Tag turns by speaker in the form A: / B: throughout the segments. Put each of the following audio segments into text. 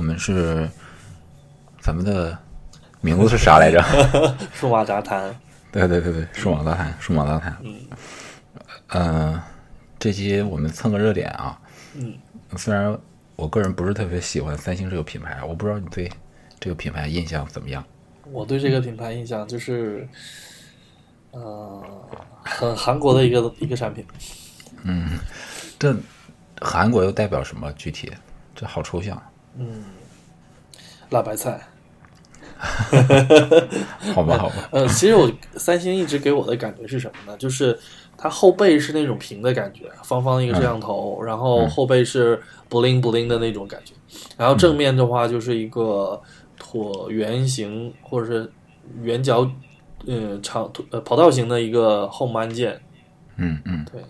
A: 们是咱们的名字是啥来 着？
B: 数码杂谈，
A: 对对对对，数码杂谈，数码杂谈。
B: 嗯
A: 嗯，这期我们蹭个热点啊。
B: 嗯，
A: 虽然我个人不是特别喜欢三星这个品牌，我不知道你对这个品牌印象怎么样？
B: 我对这个品牌印象就是，呃，很韩国的一个一个产品，
A: 这韩国又代表什么？具体这好抽 象，
B: 辣白菜。
A: 好吧好吧。
B: 呃，其实我三星一直给我的感觉是什么呢？就是它后背是那种平的感觉，方方一个摄像头，
A: 嗯
B: 然后后背是 bling bling 的那种感觉，然后正面的话就是一个椭圆形或者是圆角，呃，长呃跑道型的一个 home 按键，
A: 嗯嗯，
B: 对，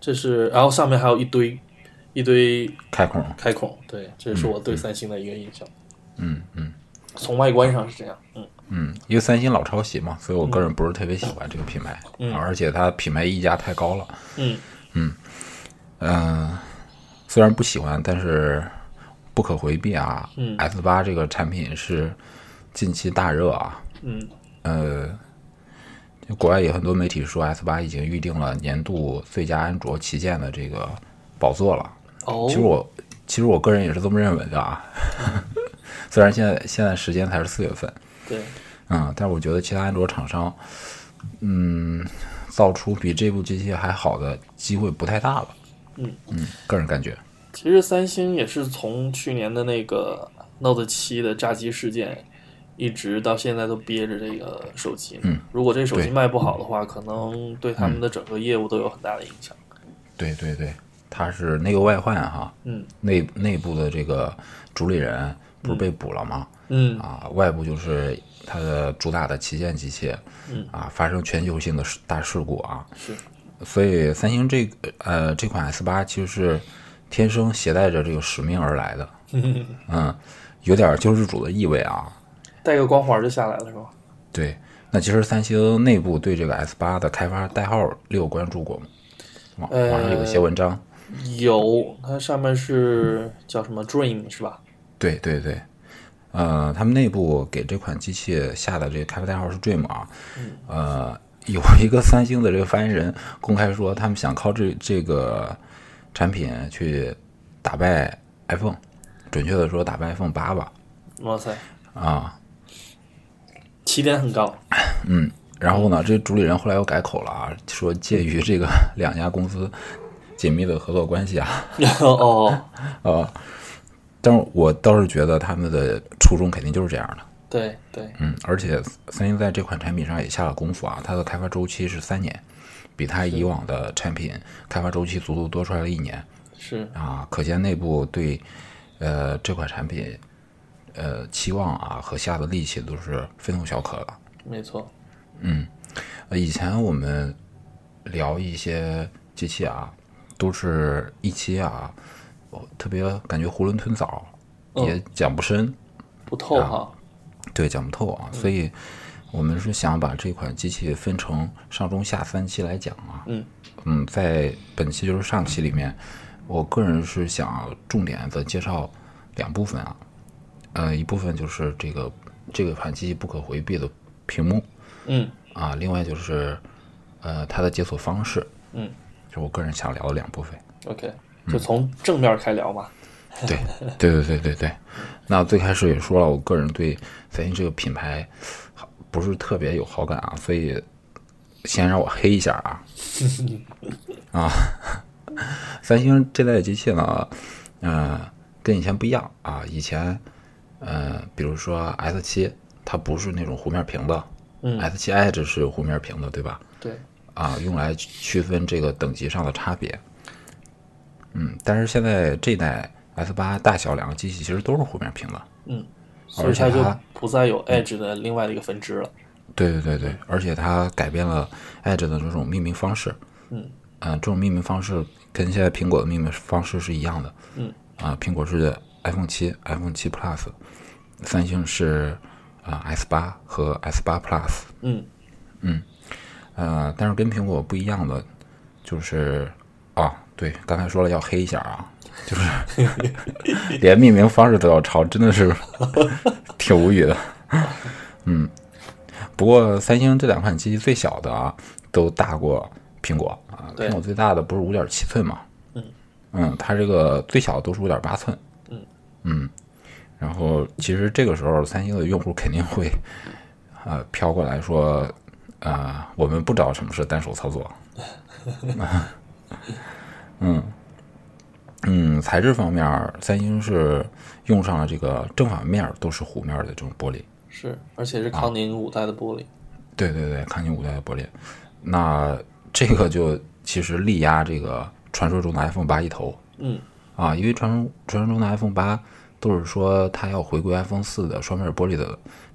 B: 这是，然后上面还有一堆一堆
A: 开孔，
B: 开孔，对，这是我对三星的一个印象，
A: 嗯嗯
B: 从外观上是这样，嗯
A: 嗯，因为三星老抄袭嘛，所以我个人不是特别喜欢这个品牌，
B: 嗯
A: 而且它品牌溢价太高了。
B: 嗯
A: 嗯、虽然不喜欢，但是不可回避啊。
B: 嗯
A: S 八这个产品是近期大热啊，
B: 嗯
A: 呃，就国外有很多媒体说 S 八已经预定了年度最佳安卓旗舰的这个宝座了。
B: 哦
A: 其实我其实我个人也是这么认为的 啊，虽然现在现在时间才是四月份，
B: 对，
A: 嗯，但是我觉得其他安卓厂商，嗯，造出比这部机器还好的机会不太大了。
B: 嗯
A: 嗯，个人感觉，
B: 其实三星也是从去年的那个 Note 7的炸机事件，一直到现在都憋着这个手机呢。
A: 嗯
B: 如果这手机
A: 对
B: 卖不好的话，可能对他们的整个业务都有很大的影响。
A: 对对对，它是内忧外患哈，
B: 嗯
A: 内内部的这个主理人不是被捕了吗？
B: 嗯
A: 啊，外部就是它的主打的旗舰机器，
B: 嗯
A: 啊，发生全球性的事大事故啊，
B: 是
A: 所以三星这个呃这款 S 八其实是天生携带着这个使命而来 的，嗯，有点救世主的意味啊。
B: 带个光环就下来了是吧？
A: 对，那其实三星内部对这个 S 八的开发代号你有关注过吗？网
B: 呃
A: 网上有一些文章，
B: 有，它上面是叫什么 Dream 是吧？
A: 对对对，呃，他们内部给这款机器下的这个开发代号是 Dream 啊，呃，有一个三星的这个发言人公开说，他们想靠这这个产品去打败 iPhone，准确的说打败 iPhone 八吧，
B: 哇塞，
A: 啊，
B: 起点很高。
A: 嗯，然后呢，这主理人后来又改口了啊，说介于这个 两家公司紧密的合作关系啊，
B: 哦，
A: 啊，但是我倒是觉得他们的初衷肯定就是这样的。
B: 对对，
A: 嗯，而且三星在这款产品上也下了功夫啊，它的开发周期是三年，比它以往的产品开发周期足足多出来了一年
B: 是
A: 啊，可见内部对呃这款产品呃期望啊和下的力气都是非同小可的。
B: 没错。
A: 呃，以前我们聊一些机器啊，都是一期啊，我特别感觉囫囵吞枣，也讲不深。
B: 不透哈，
A: 啊对，讲不透啊，
B: 嗯
A: 所以我们是想把这款机器分成上中下三期来讲啊。
B: 嗯
A: 嗯在本期就是上期里面，我个人是想重点的介绍两部分啊，呃，一部分就是这个这个款机器不可回避的屏幕
B: 嗯
A: 啊，另外就是呃它的解锁方式，
B: 嗯
A: 就是我个人想聊的两部分。
B: ，OK，就
A: 嗯
B: 从正面开聊嘛。
A: 对，对对对对对。那最开始也说了，我个人对三星这个品牌好不是特别有好感啊，所以先让我黑一下 啊。啊，三星这代机器呢，呃，跟以前不一样啊。以前，呃，比如说 S 七，它不是那种弧面屏的，
B: 嗯
A: ，S 七 Edge 是弧面屏的，对吧？
B: 对，
A: 啊，用来区分这个等级上的差别。嗯，但是现在这代 S 八大小两个机器其实都是弧面屏的。
B: 所以它就
A: 而且它
B: 不再有 Edge 的另外的一个分支了。
A: 对对对对，而且它改变了 Edge 的这种命名方式。
B: 嗯
A: 呃这种命名方式跟现在苹果的命名方式是一样的。
B: 嗯
A: 啊、苹果是 iPhone 七、iPhone 七 Plus，三星是啊 S 八和 S 八 Plus。
B: 嗯
A: 呃，但是跟苹果不一样的就是啊，对，刚才说了要黑一下啊，就是 连命名方式都要抄，真的 是挺无语的。嗯，不过三星这两款机最小的啊，都大过苹果啊。
B: 对
A: 苹果最大的不是五点七寸嘛？
B: 嗯
A: 嗯，它这个最小的都是五点八寸。
B: 嗯
A: 嗯然后其实这个时候，三星的用户肯定会呃飘过来说，呃，我们不知道什么是单手操作。嗯嗯，材质方面，三星是用上了这个正反面都是弧面的这种玻璃。
B: 是，而且
A: 啊
B: 是康宁五代的玻璃，
A: 对对对，康宁五代的玻璃，那这个就其实力压这个传说中的 iPhone 八一头
B: 嗯，
A: 啊，因为传说传说中的 iPhone 八都是说它要回归 iPhone 四的双面玻璃的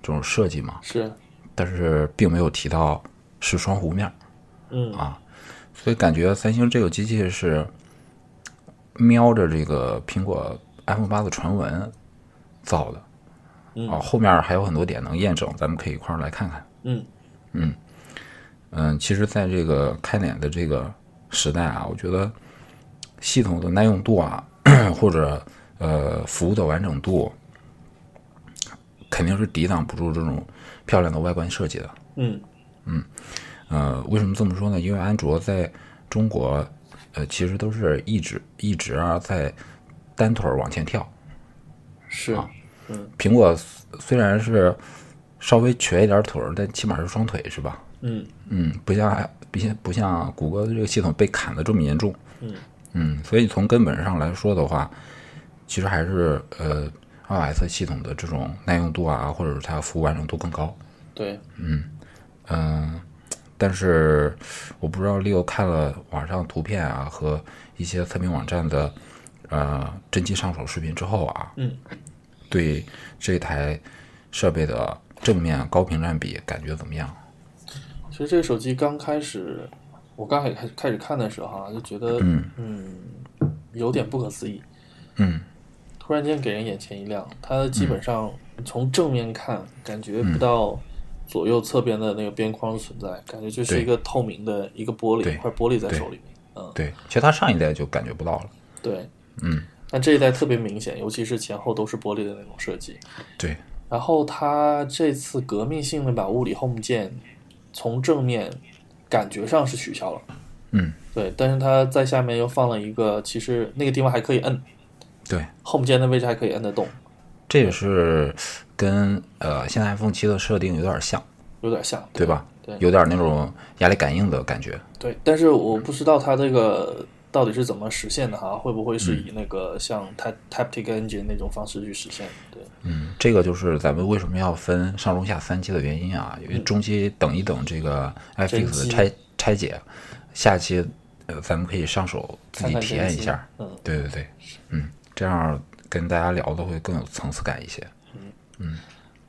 A: 这种设计嘛，
B: 是，
A: 但是并没有提到是双弧面，
B: 嗯
A: 啊所以感觉三星这个机器是瞄着这个苹果 iPhone 八的传闻造的。
B: 嗯
A: 啊，后面还有很多点能验证，咱们可以一块儿来看看。
B: 嗯
A: 嗯，其实，在这个开脸的这个时代啊，我觉得系统的耐用度啊，或者呃服务的完整度，肯定是抵挡不住这种漂亮的外观设计的。
B: 嗯
A: 呃，为什么这么说呢？因为安卓在中国，呃，其实都是一直一直啊在单腿儿往前跳。
B: 是，
A: 啊苹果虽然是稍微瘸一点腿儿，但起码是双腿是吧？
B: 嗯
A: 嗯，不像不像不像谷歌的这个系统被砍得这么严重。
B: 嗯
A: 嗯，所以从根本上来说的话，其实还是呃 iOS 系统的这种耐用度啊，或者是它服务完成度更高。
B: 对，
A: 嗯，但是我不知道 Leo 看了网上图片啊和一些测评网站的呃真机上手视频之后啊，
B: 嗯，
A: 对这台设备的正面高屏占比感觉怎么样？
B: 其实这个手机刚开始，我刚开始开始看的时候啊，就觉得
A: 嗯
B: 嗯有点不可思议，
A: 嗯
B: 突然间给人眼前一亮。它基本上从正面看，感觉
A: 嗯
B: 不到左右侧边的那个边框的存在，感觉就是
A: 对
B: 一个透明的一个玻璃，
A: 对
B: 一块玻璃在
A: 对
B: 手里面。嗯，
A: 对，其实它上一代就感觉不到了。
B: 对。
A: 嗯，
B: 但这一代特别明显，尤其是前后都是玻璃的那种设计。
A: 对，
B: 然后它这次革命性的把物理 home 键从正面感觉上是取消了，
A: 嗯，
B: 对，但是它在下面又放了一个，其实那个地方还可以摁
A: 对，
B: home 键的位置还可以摁得动，
A: 这也是跟呃现在 iPhone 七的设定有点像，
B: 有点像，
A: 对吧？
B: 对
A: 有点那种压力感应的感觉。
B: 对，但是我不知道它这个到底是怎么实现的哈，会不会
A: 嗯
B: 是以那个像 Tap- Taptic Engine 那种方式去实现？对，
A: 嗯，这个就是咱们为什么要分上中下三期的原因啊，因为中期等一等这个 iFix
B: 真机
A: 的拆拆解，下期呃咱们可以上手自己
B: 看看
A: 体
B: 真
A: 验一
B: 机
A: 下。，
B: 嗯，
A: 对对对，嗯，这样跟大家聊的会更有层次感一些。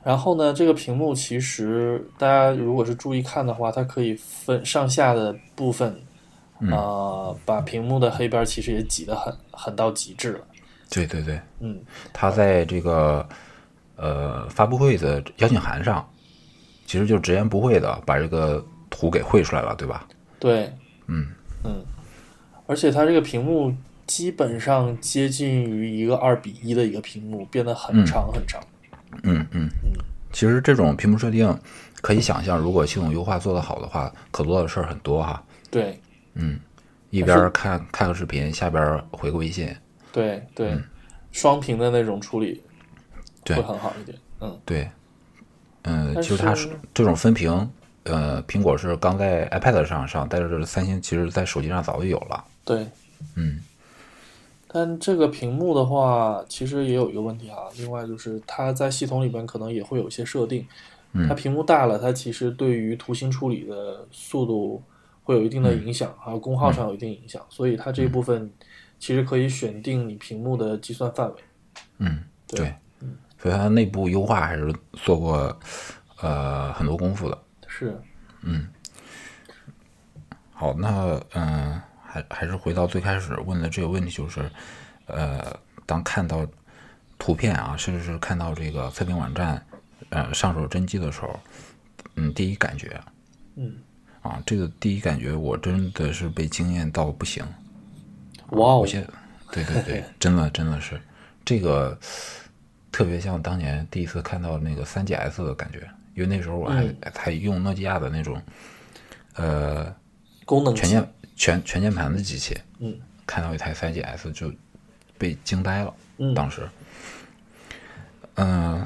B: 然后呢，这个屏幕其实大家如果是注意看的话，它可以分上下的部分，
A: 嗯
B: 呃，把屏幕的黑边其实也挤得很很到极致了。
A: 对对对，
B: 嗯，
A: 他在这个呃发布会的邀请函上，其实就直言不讳的把这个图给绘出来了，对吧？
B: 对，
A: 嗯
B: 嗯，而且它这个屏幕基本上接近于一个二比一的一个屏幕，变得很长很长。
A: 嗯嗯，其实这种屏幕设定，可以想象，如果系统优化做得好的话，可做的事儿很多哈。
B: 对，
A: 一边儿看看个视频，下边儿回个微信。
B: 对，对，双屏的那种处理
A: 嗯对
B: 会很好一点。嗯，
A: 对，嗯、
B: 但
A: 其实它
B: 是
A: 是这种分屏，呃，苹果是刚在 iPad 上上，但是三星其实在手机上早就有了。
B: 对，
A: 嗯，
B: 但这个屏幕的话，其实也有一个问题啊。另外就是它在系统里边可能也会有一些设定，它屏幕大了，它其实对于图形处理的速度会有一定的影响，还有功耗上有一定影响。所以它这一部分其实可以选定你屏幕的计算范围。
A: 嗯，
B: 对
A: 对，所以它内部优化还是做过呃很多功夫的。
B: 是，
A: 好，那嗯、还还是回到最开始问的这个问题，就是呃，当看到图片啊，甚至是看到这个测评网站呃上手真机的时候，嗯，第一感觉
B: 嗯，
A: 啊，这个第一感觉我真的是被惊艳到不行。
B: 哇哦
A: 我，现对对对，真的真的是这个特别像当年第一次看到那个 3GS 的感觉，因为那时候我还、
B: 嗯
A: 还用诺基亚的那种呃
B: 功能
A: 全
B: 机
A: 键全全键盘的机器，
B: 嗯，
A: 看到一台 3GS 就被惊呆了，
B: 嗯
A: 当时，嗯、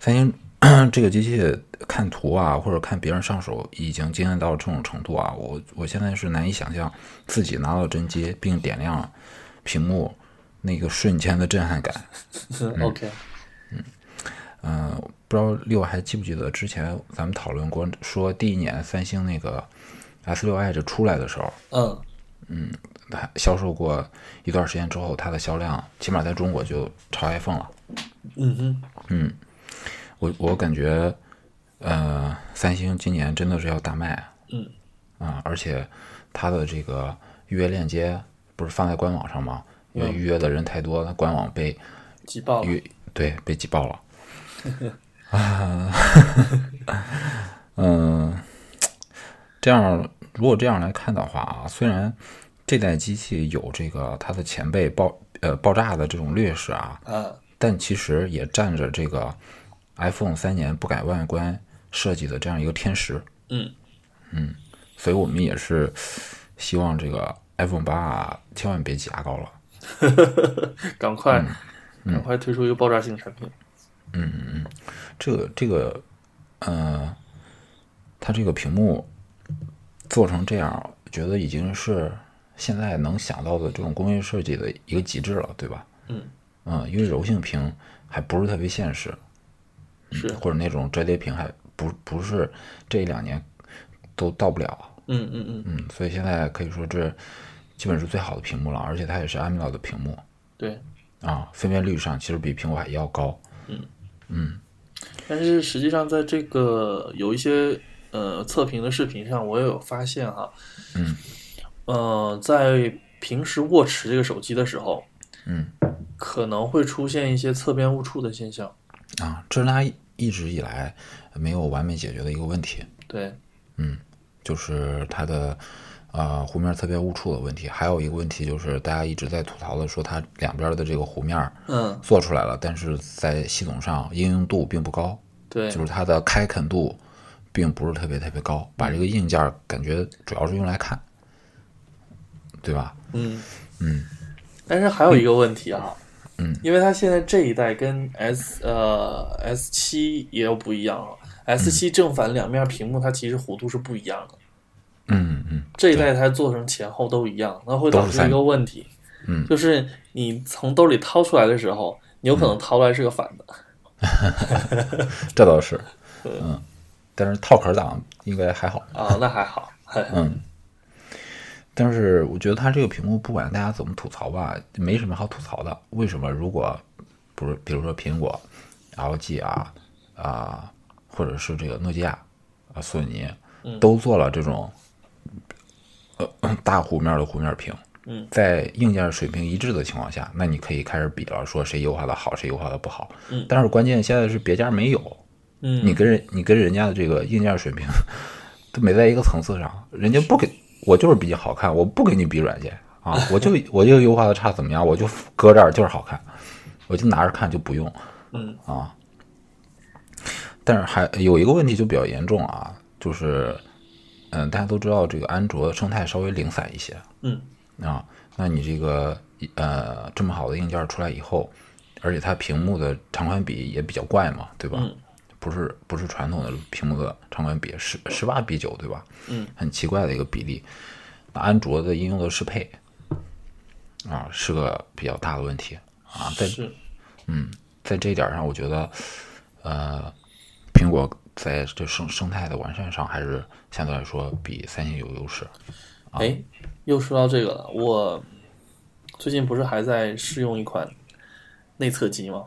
A: 三星 这个机器看图啊，或者看别人上手，已经惊艳到这种程度啊，我我现在是难以想象自己拿到真机并点亮屏幕那个瞬间的震撼感。
B: OK，
A: 嗯、不知道六还记不记得之前咱们讨论过，说第一年三星那个 S 六 Edge 出来的时候，
B: 嗯，
A: 它销售过一段时间之后，它的销量起码在中国就超 iPhone 了。
B: 嗯哼，
A: 我我感觉，呃，三星今年真的是要大卖，
B: 嗯，
A: 啊、而且它的这个预约链接不是放在官网上吗？因为
B: 嗯
A: 预约的人太多，它官网被
B: 挤爆了，
A: 预对被挤爆了。啊， 嗯，这样如果这样来看的话啊，虽然这代机器有这个它的前辈爆呃爆炸的这种劣势啊，
B: 啊，
A: 但其实也占着这个 iPhone 三年不改外观设计的这样一个天时。
B: 嗯
A: 所以我们也是希望这个 iPhone 八啊，千万别挤牙膏了。
B: 赶快，赶快推出一个爆炸性产品，
A: 这个这个，呃，它这个屏幕做成这样，觉得已经是现在能想到的这种工业设计的一个极致了，对吧？
B: 嗯
A: 嗯，因为柔性屏还不是特别现实，
B: 是，
A: 或者那种折叠屏还不不是这一两年都到不了。
B: 嗯嗯嗯，
A: 嗯，所以现在可以说这基本是最好的屏幕了，而且它也是 AMOLED 的屏幕
B: 对。
A: 啊，分辨率上其实比苹果还要高。
B: 但是实际上，在这个有一些呃测评的视频上，我也有发现哈，嗯，呃，在平时握持这个手机的时候，
A: 嗯，
B: 可能会出现一些侧边误触的现象。
A: 啊，这是它一直以来没有完美解决的一个问题，
B: 对，
A: 就是它的呃弧面侧边误触的问题。还有一个问题就是大家一直在吐槽的，说它两边的这个弧面儿
B: 嗯，
A: 做出来了，但是在系统上应用度并不高，
B: 对，
A: 就是它的开垦度并不是特别特别高，把这个硬件儿感觉主要是用来看，对吧？
B: 嗯，但是还有一个问题啊，嗯，因为它现在这一代跟 S 呃 S 七也有不一样了，S 七正反两面屏幕它其实弧度是不一样的，
A: 嗯嗯。
B: 这一代它做成前后都一样，那会导
A: 都是
B: 致
A: 三
B: 一个问题，
A: 嗯
B: 就是你从兜里掏出来的时候，你有可能掏出来是个反的，
A: 这倒是，嗯，但是套壳党应该还好。
B: 啊，那还好，嘿
A: 但是我觉得它这个屏幕，不管大家怎么吐槽吧，没什么好吐槽的。为什么？如果不是，比如说苹果、LG 啊啊，或者是这个诺基亚啊、索尼，
B: 嗯
A: 都做了这种呃大弧面的弧面屏。
B: 嗯，
A: 在硬件水平一致的情况下，那你可以开始比了，说谁优化的好，谁优化的不好。
B: 嗯
A: 但是关键现在是别家没有，
B: 嗯，
A: 你跟人你跟人家的这个硬件水平都没在一个层次上，人家不给我就是比你好看，我不给你比软件啊，我 就我就优化的差怎么样，我就搁这儿就是好看，我就拿着看就不用，
B: 嗯
A: 啊，但是还有一个问题就比较严重啊，就是嗯、大家都知道这个安卓生态稍微零散一些，
B: 嗯
A: 啊，那你这个呃这么好的硬件出来以后，而且它屏幕的长宽比也比较怪嘛，对吧？
B: 嗯
A: 不是不是传统的屏幕的长宽比，十十八比九，对吧？
B: 嗯，
A: 很奇怪的一个比例。那安卓的应用的适配啊，是个比较大的问题啊。在
B: 是，
A: 在这一点上，我觉得呃，苹果在这生生态的完善上，还是相对来说比三星有优势。啊
B: 哎，又说到这个了，我最近不是还在试用一款内测机吗？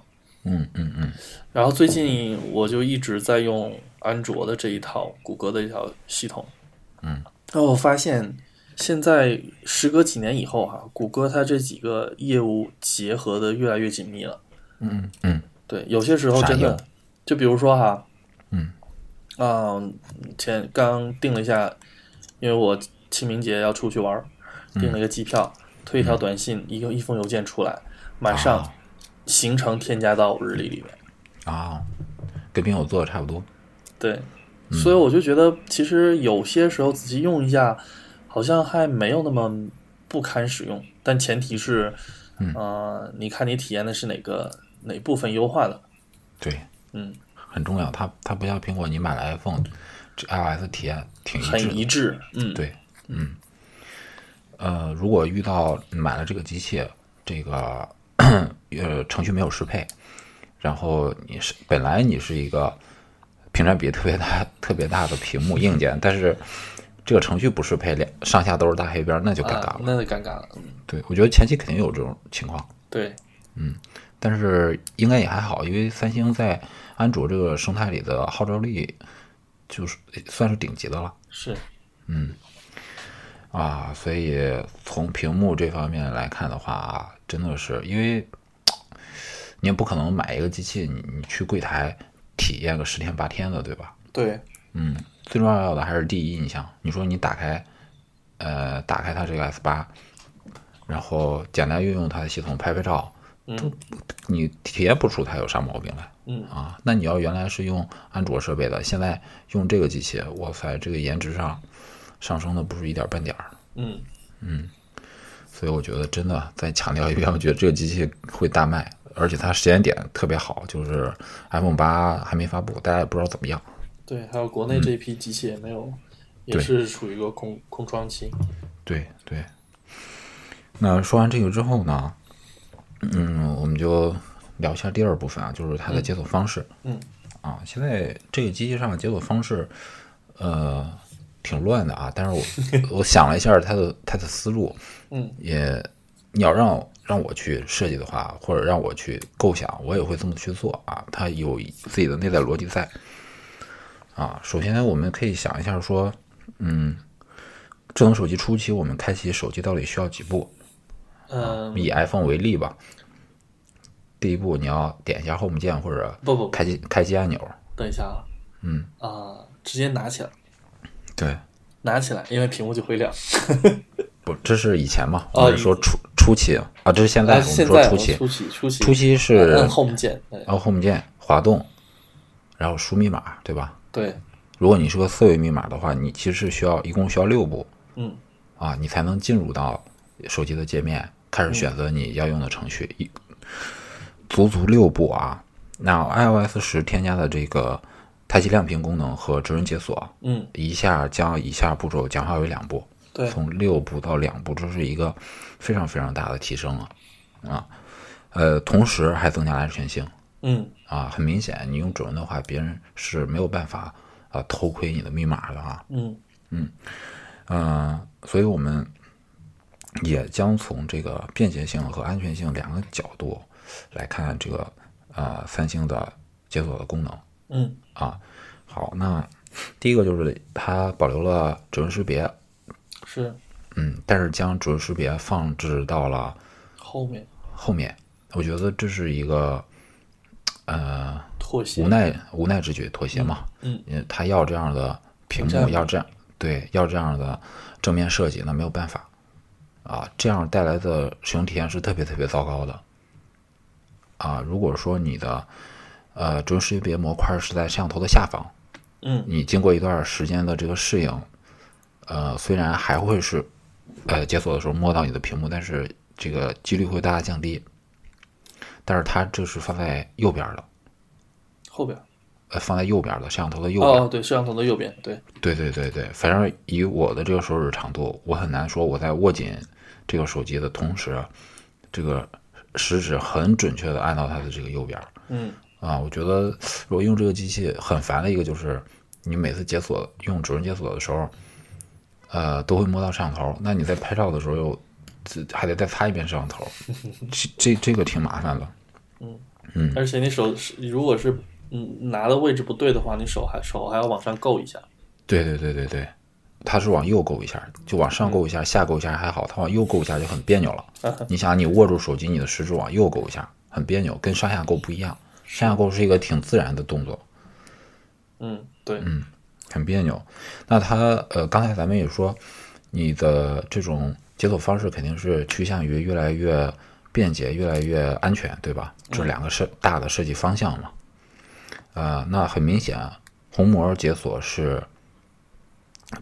A: 嗯嗯嗯
B: 然后最近我就一直在用安卓的这一套谷歌的一套系统，
A: 嗯，
B: 那我发现现在时隔几年以后哈、谷歌它这几个业务结合的越来越紧密了。
A: 嗯嗯
B: 对，有些时候真
A: 啥业务
B: 的，就比如说哈，
A: 嗯，
B: 啊、前
A: 嗯
B: 刚定了一下，因为我清明节要出去玩儿，订了一个机票，推一条短信，一个一封邮件出来，马上
A: 啊
B: 行程添加到日历里面。
A: 啊，跟冰友做的差不多。
B: 对，
A: 嗯
B: 所以我就觉得，其实有些时候仔细用一下，好像还没有那么不堪使用。但前提是，
A: 嗯
B: 呃，你看你体验的是哪个哪部分优化的？
A: 对，
B: 嗯，
A: 很重要。它它不像苹果，你买了 iPhone，这 iOS 体验挺一致的
B: 很。一致。嗯，
A: 对，嗯，呃，如果遇到买了这个机器，这个呃程序没有适配，然后你是本来你是一个屏占比特别大、特别大的屏幕硬件，但是这个程序不适配，两上下都是大黑边儿，那就尴尬
B: 啊
A: 了。，
B: 那就尴尬了。嗯，
A: 对，我觉得前期肯定有这种情况，
B: 对，
A: 但是应该也还好，因为三星在安卓这个生态里的号召力就是呃算是顶级的了。
B: 是
A: 啊，所以从屏幕这方面来看的话啊，真的是因为你也不可能买一个机器，你你去柜台体验个十天八天的，对吧？
B: 对，
A: 嗯，最重要的还是第一印象。你说你打开，呃，打开它这个 S 八，然后简单运用它的系统，拍拍照，都你体验不出它有啥毛病来。
B: 嗯
A: 啊，那你要原来是用安卓设备的，现在用这个机器，哇塞，这个颜值上上升的不是一点半点儿。
B: 嗯，
A: 所以我觉得真的再强调一遍，我觉得这个机器会大卖，而且它时间点特别好，就是 iPhone 八还没发布，大家也不知道怎么样。
B: 对，还有国内这一批机器也没有，
A: 嗯
B: 也
A: 对
B: 是处于一个空空窗期。
A: 对对。那说完这个之后呢，嗯，我们就聊一下第二部分啊，就是它的解锁方式。
B: 嗯
A: 啊，现在这个机器上的解锁方式，呃，挺乱的啊。但是 我我想了一下它的它的思路，
B: 嗯，
A: 也你要让让我去设计的话，或者让我去构想，我也会这么去做啊。它有自己的内在逻辑在啊。首先，我们可以想一下说，嗯，智能手机初期我们开启手机到底需要几步？
B: 嗯，
A: 以 iPhone 为例吧，第一步你要点一下 Home 键或者
B: 不不不，
A: 开机开机按钮。
B: 等一下啊。
A: 嗯
B: 啊、直接拿起来，
A: 对，
B: 拿起来，因为屏幕就会亮。
A: 不，这是以前嘛，
B: 哦
A: 我们说初初期啊，这是现在
B: 啊，
A: 我们
B: 现
A: 说
B: 在
A: 初
B: 我嗯
A: 期，
B: 出奇出奇
A: 初期是啊
B: 按 Home 键，哎对
A: 然后 Home 键滑动，然后输密码，对吧？
B: 对，
A: 如果你是个四位密码的话，你其实是需要一共需要六步
B: 嗯
A: 啊，你才能进入到手机的界面，开始选择你要用的程序，一足足六步啊。那 iOS 十添加的这个太极亮屏功能和指纹解锁，
B: 嗯，
A: 一下将以下步骤简化为两步，
B: 对
A: 从六步到两步，这是一个非常非常大的提升了啊。呃，同时还增加了安全性
B: 嗯
A: 啊，很明显，你用指纹的话，别人是没有办法啊偷窥你的密码的啊。
B: 嗯
A: 嗯，所以我们也将从这个便捷性和安全性两个角度来看这个呃三星的解锁的功能。
B: 嗯
A: 啊。好，那第一个就是它保留了指纹识别，
B: 是
A: 嗯，但是将指纹识别放置到了
B: 后面
A: 后面，我觉得这是一个呃
B: 妥协
A: 无，奈无奈之举，妥协嘛。
B: 嗯
A: 呃，他要这样的屏
B: 这样
A: 幕，要这样对，要这样的正面设计，那没有办法啊，这样带来的使用体验是特别特别糟糕的啊。如果说你的呃指纹识别模块是在摄像头的下方，
B: 嗯
A: 你经过一段时间的这个适应，呃，虽然还会是，呃，解锁的时候摸到你的屏幕，但是这个几率会大大降低。但是它这是放在右边的，
B: 后边
A: 呃，放在右边的摄像头的右边。
B: 哦对，摄像头的右边对，
A: 对对对对，反正以我的这个手指长度，我很难说我在握紧这个手机的同时，啊这个食指很准确的按到它的这个右边。
B: 嗯
A: 啊，我觉得如果用这个机器很烦的一个就是，你每次解锁用指纹解锁的时候，呃，都会摸到摄像头。那你在拍照的时候又自还得再擦一遍摄像 头，这这这个挺麻烦的。嗯
B: 而且你手是如果是嗯拿的位置不对的话，你手还手还要往上够一下，
A: 对对对对对，它是往右勾一下，就往上勾一下，下勾一下还好，它往右勾一下就很别扭了。你想，你握住手机，你的食指往右勾一下，很别扭，跟上下勾不一样。上下勾是一个挺自然的动作，
B: 嗯对，
A: 很别扭。那它呃，刚才咱们也说，你的这种解锁方式肯定是趋向于越来越便捷、越来越安全，对吧？这是两个设大的设计方向嘛。呃，那很明显，虹膜解锁是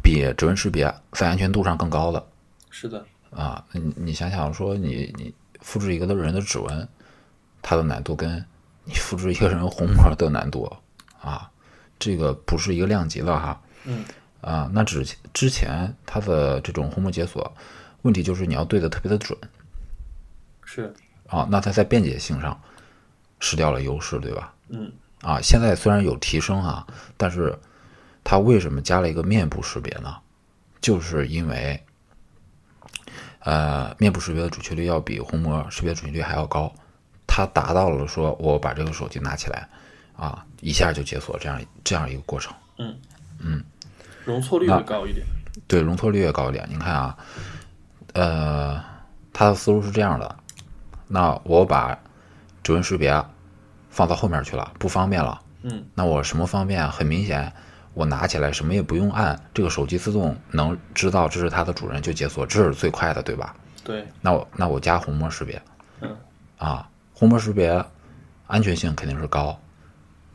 A: 比指纹识别在安全度上更高的
B: 是的，
A: 啊。你你想想说你，你复制一个人的指纹，它的难度跟你复制一个人虹膜的难度啊，这个不是一个量级的哈。
B: 嗯
A: 啊，那之之前它的这种虹膜解锁，问题就是你要对的特别的准
B: 是，
A: 啊，那它在便捷性上失掉了优势，对吧？
B: 嗯
A: 啊，现在虽然有提升啊，但是它为什么加了一个面部识别呢？就是因为，呃，面部识别的准确率要比虹膜识别准确率还要高，它达到了说我把这个手机拿起来啊，一下就解锁这样这样一个过程。
B: 嗯嗯，容错率会高一点。
A: 对容错率越高一点。你看啊，呃，他的思路是这样的：那我把指纹识别放到后面去了，不方便了。
B: 嗯，
A: 那我什么方便？啊很明显，我拿起来什么也不用按，这个手机自动能知道这是它的主人就解锁，这是最快的，对吧？
B: 对，
A: 那我那我加虹膜识别，
B: 嗯，
A: 啊，虹膜识别安全性肯定是高，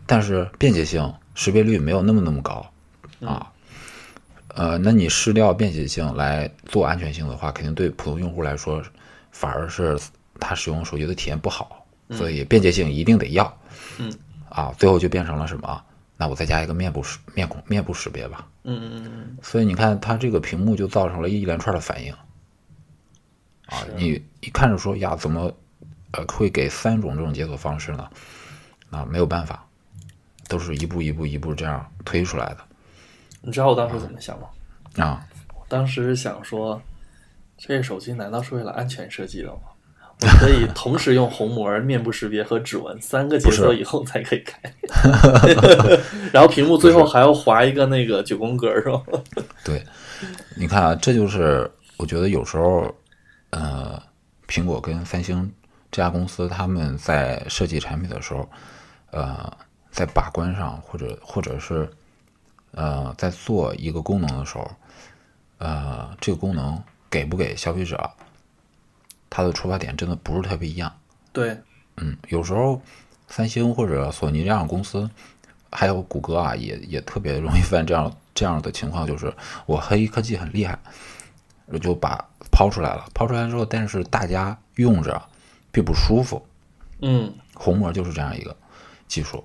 A: 但是便捷性识别率没有那么那么高，啊，呃，那你失掉便捷性来做安全性的话，肯定对普通用户来说，反而是他使用手机的体验不好，所以便捷性一定得要，
B: 嗯，
A: 啊，最后就变成了什么？啊那我再加一个面部识面孔面部识别吧，
B: 嗯嗯嗯
A: 所以你看，它这个屏幕就造成了一连串的反应。啊
B: 是，
A: 你一看着说呀，怎么呃会给三种这种解锁方式呢？啊，没有办法，都是一步一步一步这样推出来的
B: 嗯，你知道我当时怎么想吗？
A: 啊。
B: 我当时想说，这个手机难道是为了安全设计的吗？我可以同时用虹膜、面部识别和指纹三个解锁以后才可以开，然后屏幕最后还要划一个那个九宫格是吧？
A: 对，你看啊，这就是我觉得有时候呃，苹果跟三星这家公司他们在设计产品的时候，呃，在把关上或者或者是呃，在做一个功能的时候，呃，这个功能给不给消费者，它的出发点真的不是特别一样。
B: 对，
A: 嗯，有时候三星或者索尼这样的公司，还有谷歌啊，也也特别容易犯这样这样的情况，就是我黑科技很厉害，我就把抛出来了，抛出来之后，但是大家用着并不舒服，
B: 嗯，
A: 虹膜就是这样一个技术。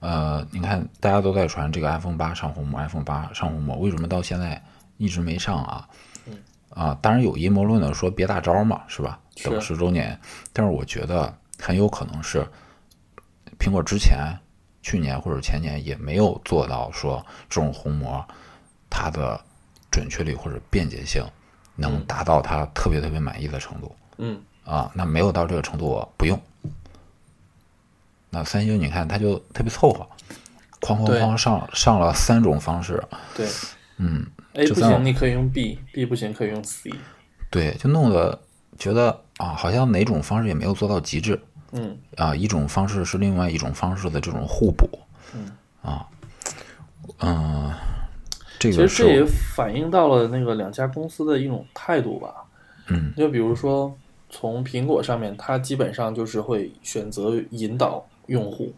A: 呃，你看大家都在传这个 iPhone 八上虹膜，iPhone 八上虹膜，为什么到现在一直没上啊？啊，当然有阴谋论的说别大招嘛，是吧？
B: 是
A: 等十周年，但是我觉得很有可能是苹果之前去年或者前年也没有做到说这种虹膜它的准确率或者便捷性能达到它特别特别满意的程度。
B: 嗯，
A: 啊，那没有到这个程度，我不用。那三星你看，它就特别凑合，哐哐
B: 对
A: 哐上上了三种方式，
B: 对
A: 嗯，
B: ，A
A: 就
B: 不
A: 算
B: 行你可以用 B，B 不行可以用 C，
A: 对，就弄得觉得啊，好像哪种方式也没有做到极致
B: 嗯，
A: 啊，一种方式是另外一种方式的这种互补，啊嗯，啊，嗯，这
B: 其
A: 个
B: 实
A: 是
B: 这也
A: 我
B: 反映到了那个两家公司的一种态度吧。
A: 嗯，
B: 就比如说从苹果上面，它基本上就是会选择引导用户，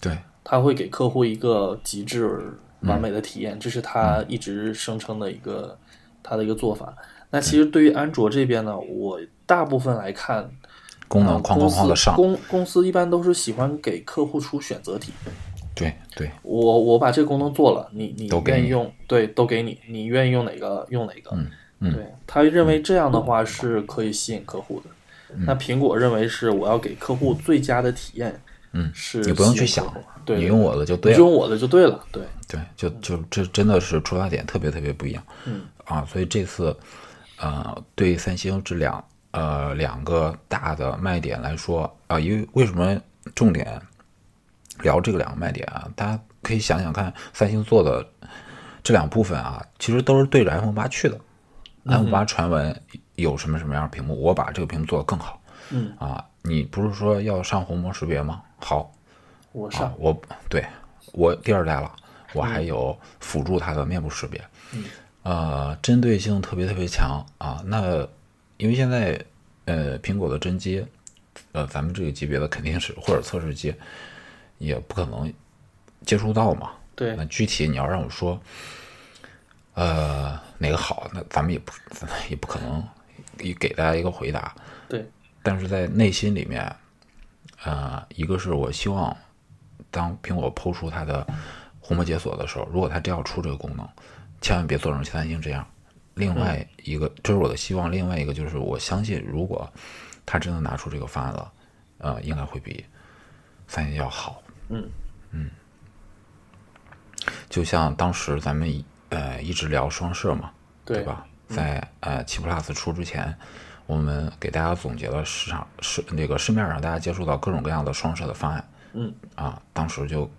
A: 对
B: 它会给客户一个极致完美的体
A: 嗯
B: 验，这是它一直声称的一个它的一个做法。那其实对于安卓这边呢，我大部分来看，
A: 功能
B: 呃
A: 哐
B: 公
A: 哐哐的
B: 司
A: 上，
B: 公公司一般都是喜欢给客户出选择题，
A: 对对，
B: 我我把这个功能做了，你你
A: 都给
B: 愿意
A: 你
B: 用，对，都给你，你愿意用哪个用哪个。
A: 嗯嗯
B: 对他认为这样的话是可以吸引客户的。那苹果认为是我要给客户最佳的体验，
A: 嗯
B: 是
A: 你不用
B: 吸
A: 去
B: 引
A: 想
B: 客户，对，
A: 你
B: 对
A: 用我的就
B: 你
A: 对了
B: 用。我的就对了，对，
A: 对，就就这真的是出发点特别特别不一样，
B: 嗯
A: 啊，所以这次，呃，对三星这两呃两个大的卖点来说啊、因为为什么重点聊这个两个卖点啊？大家可以想想看，三星做的这两部分啊，其实都是对着 iPhone 八去的。iPhone
B: 嗯
A: 八传闻有什么什么样的屏幕，我把这个屏幕做得更好
B: 嗯，
A: 啊！你不是说要上虹膜识别吗？好，
B: 我
A: 啊
B: 上，，
A: 我对我第二代了，我还有辅助它的面部识别，呃，针对性特别特别强啊。那因为现在呃，苹果的真机，呃，咱们这个级别的肯定是或者测试机，也不可能接触到嘛。
B: 对
A: 那具体你要让我说，呃，哪个好，那咱们也不咱们也不可能也给大家一个回答。
B: 对，
A: 但是在内心里面，呃，一个是我希望，当苹果抛出它的虹膜解锁的时候，如果它真要出这个功能，千万别做成三星这样。
B: 嗯
A: 另外一个，这是我的希望；另外一个就是，我相信如果它真的拿出这个方案了，呃，应该会比三星要好。
B: 嗯
A: 嗯，就像当时咱们一呃一直聊双摄嘛，
B: 对嗯
A: 吧？在呃七 Plus 出之前，我们给大家总结了市场市那个市面上大家接触到各种各样的双摄的方案。
B: 嗯
A: 啊，当时就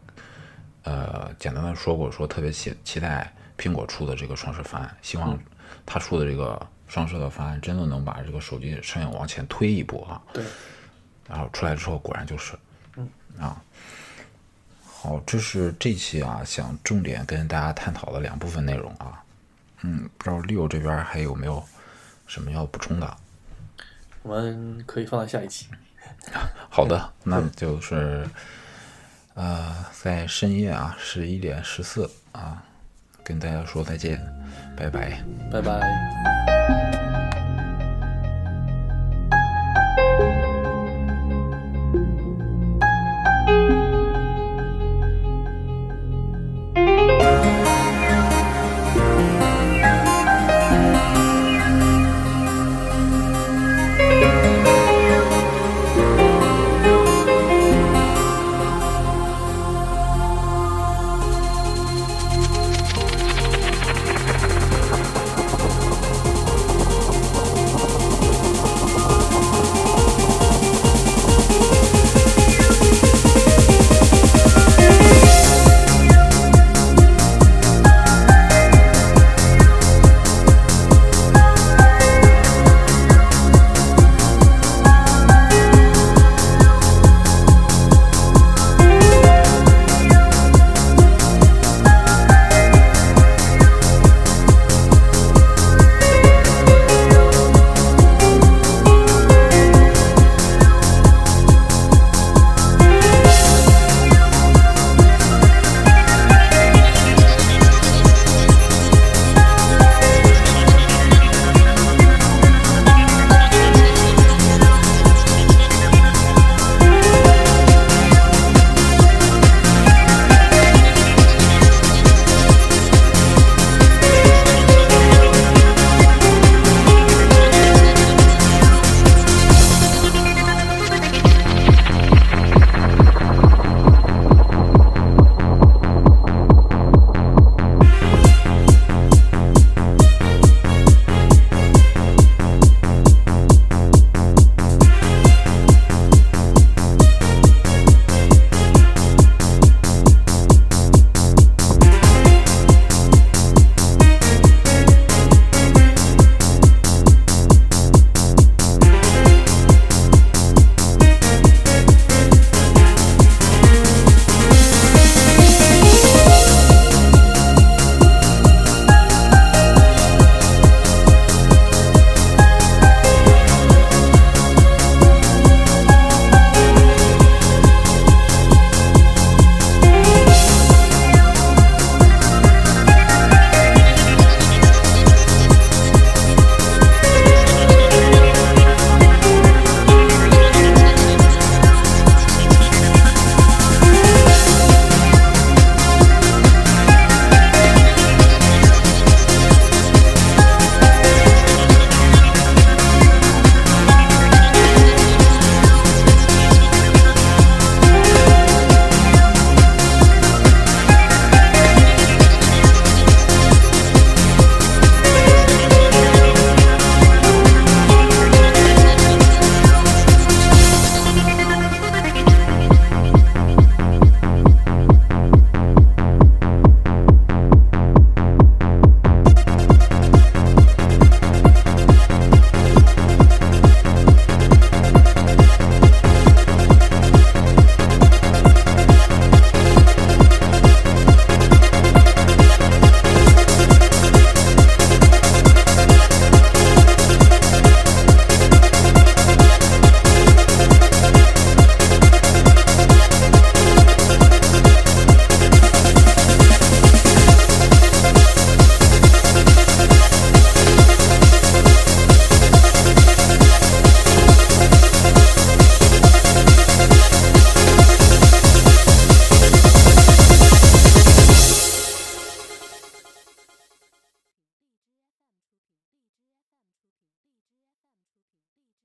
A: 呃简单的说过，说特别期期待苹果出的这个双摄方案，希
B: 嗯
A: 望它出的这个双摄的方案真的能把这个手机摄影往前推一步啊。
B: 对，
A: 然后出来之后果然就是，嗯啊，好，这是这期啊想重点跟大家探讨的两部分内容啊，嗯，不知道六这边还有没有什么要补充的？
B: 我们可以放在下一期。
A: 好的，嗯那就是，呃，在深夜啊十一点十四啊，跟大家说再见，拜拜。
B: 拜拜。